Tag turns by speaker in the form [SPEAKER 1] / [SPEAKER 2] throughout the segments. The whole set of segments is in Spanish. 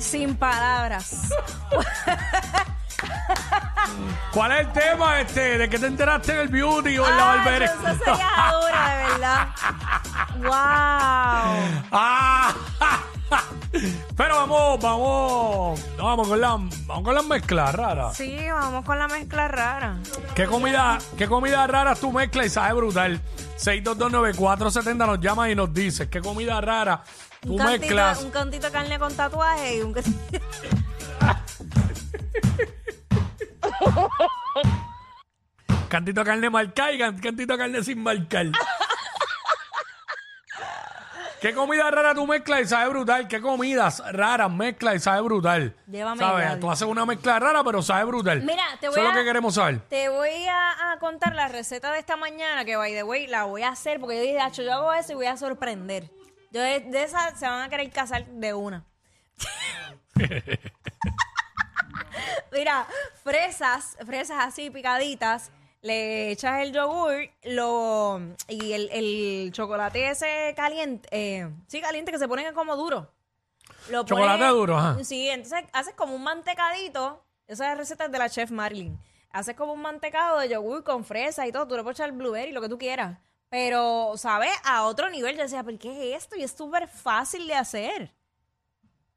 [SPEAKER 1] Sin palabras.
[SPEAKER 2] ¿Cuál es el tema este? ¿De qué te enteraste en el beauty o en la
[SPEAKER 1] Ay,
[SPEAKER 2] barbería?
[SPEAKER 1] pero eso sería dura, de verdad. Wow.
[SPEAKER 2] Ah, pero vamos, vamos, no, vamos con la, vamos con las mezclas raras.
[SPEAKER 1] Sí, vamos con la mezcla rara.
[SPEAKER 2] ¿Qué comida, qué comida rara tú mezclas y sabe brutal? 6229470 nos llama y nos dice qué comida rara tú
[SPEAKER 1] Un cantito,
[SPEAKER 2] mezclas.
[SPEAKER 1] un cantito de carne con tatuaje y un cantito-
[SPEAKER 2] Cantito de carne marcada y can- cantito de carne sin marcar. ¿Qué comida rara tú mezclas y sabe brutal? ¿Qué comidas raras mezclas y sabe brutal?
[SPEAKER 1] Llévame
[SPEAKER 2] ¿Sabes?
[SPEAKER 1] al-
[SPEAKER 2] Tú haces una mezcla rara, pero sabe brutal.
[SPEAKER 1] Mira, te voy
[SPEAKER 2] Eso es
[SPEAKER 1] a-
[SPEAKER 2] lo que queremos saber.
[SPEAKER 1] Te voy a, a contar la receta de esta mañana, que by the way, la voy a hacer, porque yo dije, "Acho, yo hago eso y voy a sorprender. Yo de, de esa se van a querer casar de una. Mira, fresas, fresas así picaditas, le echas el yogur lo, y el, el chocolate ese caliente, eh, sí, caliente, que se ponen como duro. Lo
[SPEAKER 2] Chocolate
[SPEAKER 1] pones-
[SPEAKER 2] duro, ajá.
[SPEAKER 1] Sí, entonces haces como un mantecadito. Esa receta es de la chef Marlin. Haces como un mantecado de yogur con fresa y todo. Tú le puedes echar blueberry, lo que tú quieras. Pero, ¿sabes? A otro nivel. Yo decía, ¿pero qué es esto? Y es súper fácil de hacer.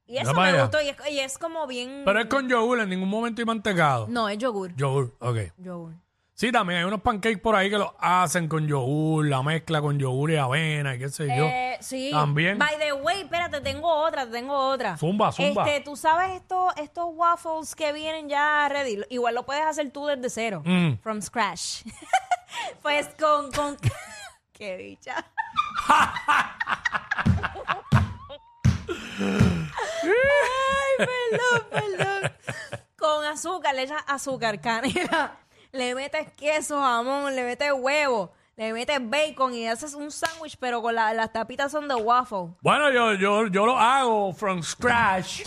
[SPEAKER 1] Y
[SPEAKER 2] Mira
[SPEAKER 1] eso
[SPEAKER 2] para
[SPEAKER 1] me
[SPEAKER 2] allá.
[SPEAKER 1] gustó. Y es, y es como bien...
[SPEAKER 2] Pero es con yogur, en ningún momento y mantecado.
[SPEAKER 1] No, es yogur.
[SPEAKER 2] Yogur, ok.
[SPEAKER 1] Yogur.
[SPEAKER 2] Sí, también hay unos pancakes por ahí que los hacen con yogur, la mezcla con yogur y avena y qué sé yo.
[SPEAKER 1] Eh, sí.
[SPEAKER 2] También.
[SPEAKER 1] By the way, espérate, tengo otra, tengo otra.
[SPEAKER 2] Zumba, zumba.
[SPEAKER 1] Este, tú sabes estos, estos waffles que vienen ya ready. Igual lo puedes hacer tú desde cero.
[SPEAKER 2] Mm.
[SPEAKER 1] From scratch. pues con, con. Qué dicha. Ay, perdón, perdón. Con azúcar, le echas azúcar, canela, le metes queso, jamón, le metes huevo, le metes bacon y haces un sándwich, pero con la- las tapitas son de waffle.
[SPEAKER 2] Bueno, yo, yo, yo lo hago from scratch.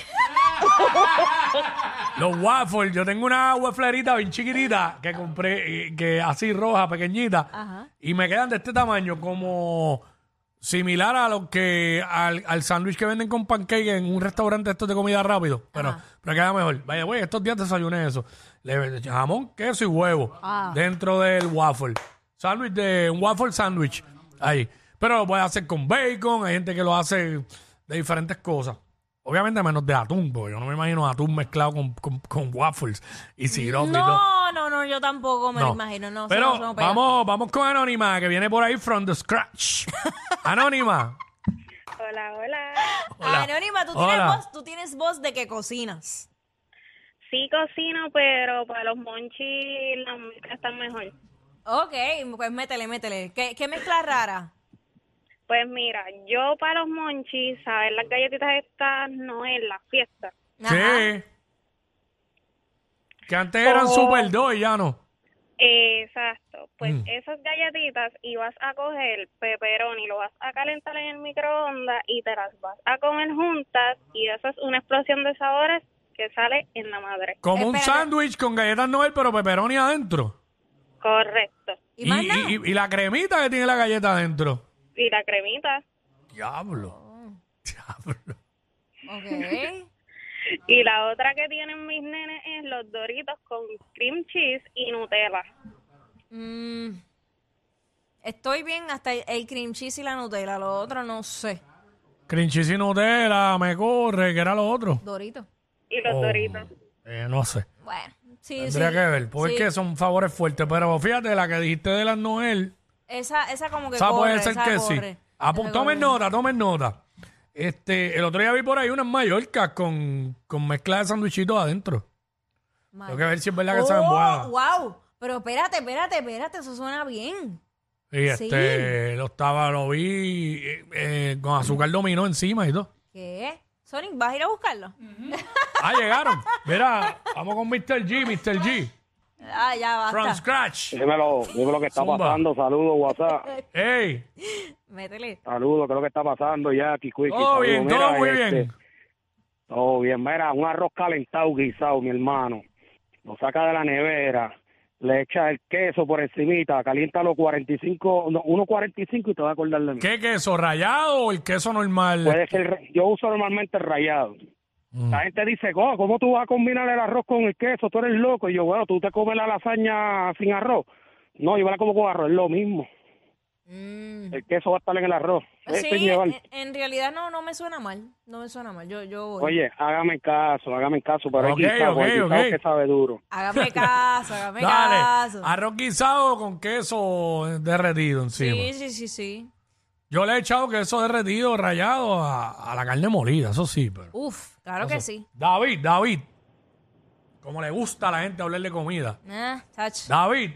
[SPEAKER 2] Los waffles, yo tengo una wafflerita bien chiquitita que compré, eh, que así roja, pequeñita,
[SPEAKER 1] Ajá.
[SPEAKER 2] y me quedan de este tamaño, como similar a lo que al, al sándwich que venden con pancake en un restaurante de estos de comida rápido, pero, pero queda mejor. Vaya, güey, estos días desayuné eso. Le, le eché jamón, queso y huevo
[SPEAKER 1] Ah.
[SPEAKER 2] dentro del waffle. Sándwich de un waffle sándwich. Ahí. Pero lo puedes hacer con bacon, hay gente que lo hace de diferentes cosas. Obviamente menos de atún, porque yo no me imagino atún mezclado con, con, con waffles y sirope y todo.
[SPEAKER 1] No, no, no, yo tampoco me lo imagino. No, eso
[SPEAKER 2] Pero
[SPEAKER 1] no, eso no pega.
[SPEAKER 2] vamos, vamos con Anónima, que viene por ahí from the scratch. Anónima.
[SPEAKER 3] Hola, hola.
[SPEAKER 2] Hola.
[SPEAKER 1] Anónima, tú
[SPEAKER 2] Hola.
[SPEAKER 1] tienes, voz, tú tienes voz de que cocinas.
[SPEAKER 3] Sí cocino, pero para los monchis las mezclas están mejor.
[SPEAKER 1] Ok, pues métele, métele. ¿Qué, qué mezcla rara?
[SPEAKER 3] Pues mira, yo para los monchis, saber las galletitas estas no es la fiesta.
[SPEAKER 1] Ajá.
[SPEAKER 2] Sí. Que antes eran
[SPEAKER 3] Oh.
[SPEAKER 2] Super 2 y ya no.
[SPEAKER 3] Exacto. Pues
[SPEAKER 2] Mm.
[SPEAKER 3] esas galletitas y vas a coger peperón y lo vas a calentar en el microondas y te las vas a comer juntas y eso es una explosión de sabores que sale en la madre.
[SPEAKER 2] Como un
[SPEAKER 1] Espérate.
[SPEAKER 2] sándwich con galletas Noel, pero pepperoni adentro.
[SPEAKER 3] Correcto.
[SPEAKER 1] ¿Y más nada?
[SPEAKER 2] y- y la cremita que tiene la galleta adentro.
[SPEAKER 3] Y la cremita
[SPEAKER 1] Oh.
[SPEAKER 2] Diablo. Diablo.
[SPEAKER 1] Ok.
[SPEAKER 3] y la otra que tienen mis nenes es los Doritos con cream cheese y Nutella.
[SPEAKER 1] Mm, estoy bien hasta el- el cream cheese y la Nutella. Lo otro no sé.
[SPEAKER 2] Crinchis y Nutella, me corre, que era lo otro.
[SPEAKER 1] Dorito.
[SPEAKER 3] y los
[SPEAKER 2] Oh.
[SPEAKER 3] doritos.
[SPEAKER 2] Eh, no sé.
[SPEAKER 1] Bueno, sí,
[SPEAKER 2] Tendría
[SPEAKER 1] sí.
[SPEAKER 2] que ver. Porque
[SPEAKER 1] Sí.
[SPEAKER 2] es que son favores fuertes. Pero fíjate, la que dijiste de las Noel.
[SPEAKER 1] Esa, esa como que
[SPEAKER 2] Esa
[SPEAKER 1] corre,
[SPEAKER 2] puede ser
[SPEAKER 1] esa
[SPEAKER 2] que
[SPEAKER 1] corre.
[SPEAKER 2] sí. Ah, pues Apu-
[SPEAKER 1] Esa
[SPEAKER 2] tomen
[SPEAKER 1] corre.
[SPEAKER 2] nota, tomen nota. Este, el otro día vi por ahí unas Mallorcas con, con mezcla de sandwichitos adentro.
[SPEAKER 1] Mal.
[SPEAKER 2] Tengo que ver si es verdad que
[SPEAKER 1] oh,
[SPEAKER 2] saben buenas.
[SPEAKER 1] wow. Pero espérate, espérate, espérate, eso suena bien.
[SPEAKER 2] Y este, lo estaba, lo vi eh, eh, con azúcar dominó encima y todo.
[SPEAKER 1] ¿Qué? Sonic, ¿vas a ir a buscarlo?
[SPEAKER 2] Ah, llegaron. Mira, vamos con Mr. G, Mr. G.
[SPEAKER 1] Ah, ya basta.
[SPEAKER 2] From scratch.
[SPEAKER 4] Dímelo, dímelo lo que está
[SPEAKER 2] Zumba.
[SPEAKER 4] pasando. Saludos, WhatsApp.
[SPEAKER 2] Hey,
[SPEAKER 1] Métele.
[SPEAKER 4] Saludos, creo que está pasando ya, Kikuiki.
[SPEAKER 2] todo
[SPEAKER 4] Saludos.
[SPEAKER 2] bien,
[SPEAKER 4] Mira,
[SPEAKER 2] todo muy
[SPEAKER 4] este,
[SPEAKER 2] bien.
[SPEAKER 4] Todo bien. Mira, un arroz calentado guisado, mi hermano. Lo saca de la nevera, le echa el queso por encimita, calienta los 45, no, 1.45 y te va a acordar de mí.
[SPEAKER 2] ¿Qué queso? ¿Rayado o el queso normal?
[SPEAKER 4] Puede ser, yo uso normalmente el rallado.
[SPEAKER 2] Mm.
[SPEAKER 4] La gente dice, "Oh, ¿cómo tú vas a combinar el arroz con el queso? Tú eres loco. Y yo, bueno, tú te comes la lasaña sin arroz. No, yo me la como con arroz, es lo mismo.
[SPEAKER 1] Mm.
[SPEAKER 4] El queso va a estar en el arroz. Este Eso es
[SPEAKER 1] Ah, Sí, eh,
[SPEAKER 4] llevar.
[SPEAKER 1] en, en realidad no, no me suena mal. No me suena mal. Yo, yo voy.
[SPEAKER 4] Oye, hágame caso, hágame caso, pero
[SPEAKER 2] Ok,
[SPEAKER 4] hay guisado,
[SPEAKER 2] ok,
[SPEAKER 4] hay guisado
[SPEAKER 2] ok.
[SPEAKER 4] que sabe duro.
[SPEAKER 1] Hágame caso, hágame
[SPEAKER 2] Dale,
[SPEAKER 1] caso.
[SPEAKER 2] arroz guisado con queso derretido encima.
[SPEAKER 1] Sí, sí, sí, sí.
[SPEAKER 2] Yo le he echado queso derretido, rayado a, a la carne molida, eso sí. Pero.
[SPEAKER 1] Uf, claro que sí.
[SPEAKER 2] David, David. Como le gusta a la gente hablarle comida.
[SPEAKER 1] Ah, chacho.
[SPEAKER 2] David,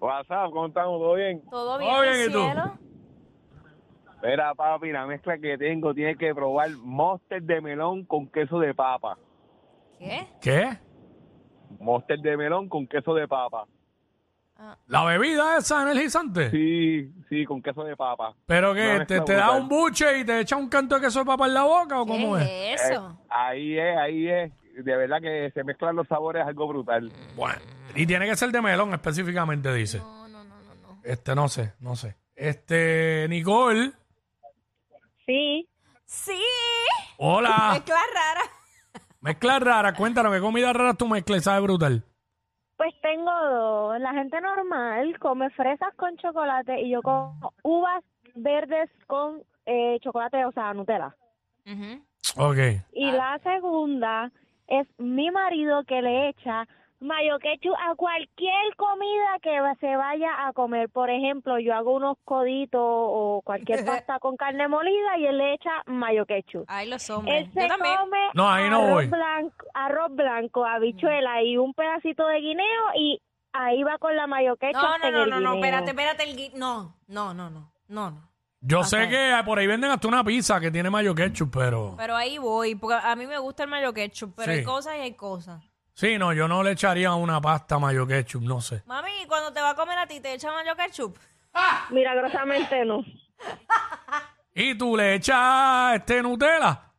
[SPEAKER 5] WhatsApp, ¿cómo estamos? ¿Todo bien?
[SPEAKER 1] Todo
[SPEAKER 2] Todo
[SPEAKER 1] bien,
[SPEAKER 2] bien,
[SPEAKER 1] el
[SPEAKER 2] ¿y tú?
[SPEAKER 1] cielo.
[SPEAKER 5] Mira, papi, la mezcla que tengo tiene que probar monster de melón con queso de papa.
[SPEAKER 1] ¿Qué?
[SPEAKER 2] ¿qué?
[SPEAKER 5] Monster de melón con queso de papa.
[SPEAKER 2] ¿La bebida esa energizante?
[SPEAKER 5] Sí, sí, con queso de papa.
[SPEAKER 2] ¿Pero
[SPEAKER 5] Una
[SPEAKER 2] que te,
[SPEAKER 5] mezcla
[SPEAKER 2] te da
[SPEAKER 5] brutal.
[SPEAKER 2] un buche y te echa un canto de queso de papa en la boca o cómo es?
[SPEAKER 1] ¿Qué es eso?
[SPEAKER 5] Eh, ahí es, ahí es. De verdad que se mezclan los sabores, algo brutal.
[SPEAKER 2] Bueno, y tiene que ser de melón específicamente, dice. No, no, no, no. Este, no sé, no sé. Este, Nicole,
[SPEAKER 3] Sí,
[SPEAKER 1] Sí.
[SPEAKER 2] hola.
[SPEAKER 1] Mezcla rara.
[SPEAKER 2] Mezcla rara, cuéntame, ¿qué comida rara tú mezclas y sabe brutal?
[SPEAKER 3] pues tengo dos. La gente normal come fresas con chocolate y yo como uvas verdes con eh, chocolate, o sea, Nutella.
[SPEAKER 1] Ujú.
[SPEAKER 2] Ok.
[SPEAKER 3] Y la segunda es mi marido que le echa mayo ketchup a cualquier comida que va- se vaya a comer. Por ejemplo, yo hago unos coditos o cualquier pasta con carne molida y él le echa mayo ketchup.
[SPEAKER 1] Ay, los hombres.
[SPEAKER 3] Él se
[SPEAKER 1] Yo también.
[SPEAKER 3] come
[SPEAKER 2] No, ahí no
[SPEAKER 3] arroz,
[SPEAKER 2] voy.
[SPEAKER 3] Blanco, arroz blanco, habichuela y un pedacito de guineo y ahí va con la mayo ketchup
[SPEAKER 1] No, no,
[SPEAKER 3] en
[SPEAKER 1] no,
[SPEAKER 3] el
[SPEAKER 1] no, no,
[SPEAKER 3] guineo.
[SPEAKER 1] espérate, espérate. El gui- No, no, no, no, no, no.
[SPEAKER 2] Yo sé que ah, por ahí venden hasta una pizza que tiene mayo ketchup, pero...
[SPEAKER 1] Pero ahí voy, porque a mí me gusta el mayo ketchup, pero
[SPEAKER 2] Sí.
[SPEAKER 1] hay cosas y hay cosas.
[SPEAKER 2] Sí, no, yo no le echaría una pasta mayo ketchup, no sé.
[SPEAKER 1] Mami, ¿y cuando te va a comer a ti, ¿te echa mayo ketchup?
[SPEAKER 3] Milagrosamente no.
[SPEAKER 2] ¿Y tú le echas este Nutella?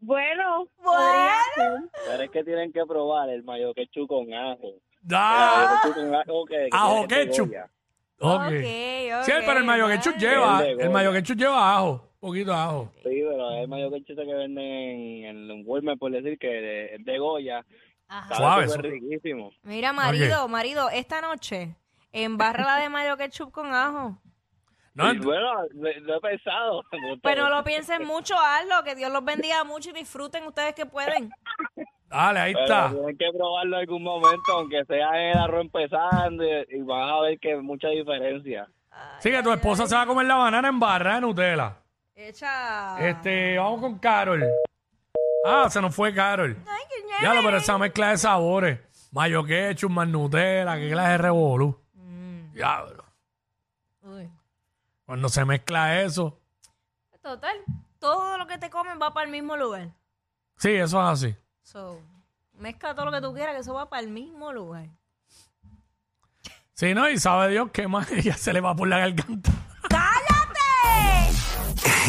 [SPEAKER 3] Bueno,
[SPEAKER 1] Bueno.
[SPEAKER 4] Pero es que tienen que probar el mayo ketchup con ajo.
[SPEAKER 2] Da.
[SPEAKER 4] con ajo que,
[SPEAKER 2] Ajo ketchup. Ok.
[SPEAKER 1] Ok,
[SPEAKER 2] Sí,
[SPEAKER 1] ok,
[SPEAKER 2] pero el mayo ketchup
[SPEAKER 1] vale.
[SPEAKER 2] lleva,
[SPEAKER 4] Bien de
[SPEAKER 2] el mayo ketchup lleva ajo, un poquito de ajo.
[SPEAKER 4] Sí, pero el mayo ketchup que venden en el Walmart, por decir que es de Goya.
[SPEAKER 1] Ajá.
[SPEAKER 2] Suave.
[SPEAKER 4] Fue
[SPEAKER 2] eso.
[SPEAKER 4] riquísimo.
[SPEAKER 1] Mira, marido, marido, esta noche, embarra de mayo ketchup con ajo.
[SPEAKER 2] No,
[SPEAKER 4] Y bueno, lo- lo he pensado.
[SPEAKER 1] Pero Pues no lo piensen mucho, hazlo, que Dios los bendiga mucho y disfruten ustedes que pueden.
[SPEAKER 2] Dale, ahí
[SPEAKER 4] Pero
[SPEAKER 2] está.
[SPEAKER 4] tienen que probarlo en algún momento, aunque sea el arroz empezando, y y van a ver que mucha diferencia.
[SPEAKER 2] Sí, que tu esposa se va a comer la banana en barra de Nutella.
[SPEAKER 1] Echa...
[SPEAKER 2] Este, vamos con Carol. Ah, se nos fue Carol.
[SPEAKER 1] Ay, qué ñe-
[SPEAKER 2] Ya lo, pero esa mezcla de sabores. Mayo ketchup, más Nutella, que clase de revolú. Diablo.
[SPEAKER 1] Uy.
[SPEAKER 2] Cuando se mezcla eso.
[SPEAKER 1] Total, todo lo que te comen va para el mismo lugar.
[SPEAKER 2] Sí, eso es así.
[SPEAKER 1] So, mezcla todo lo que tú quieras, que eso va para el mismo lugar.
[SPEAKER 2] Sí, ¿no? Y sabe Dios que más ya se le va por la garganta.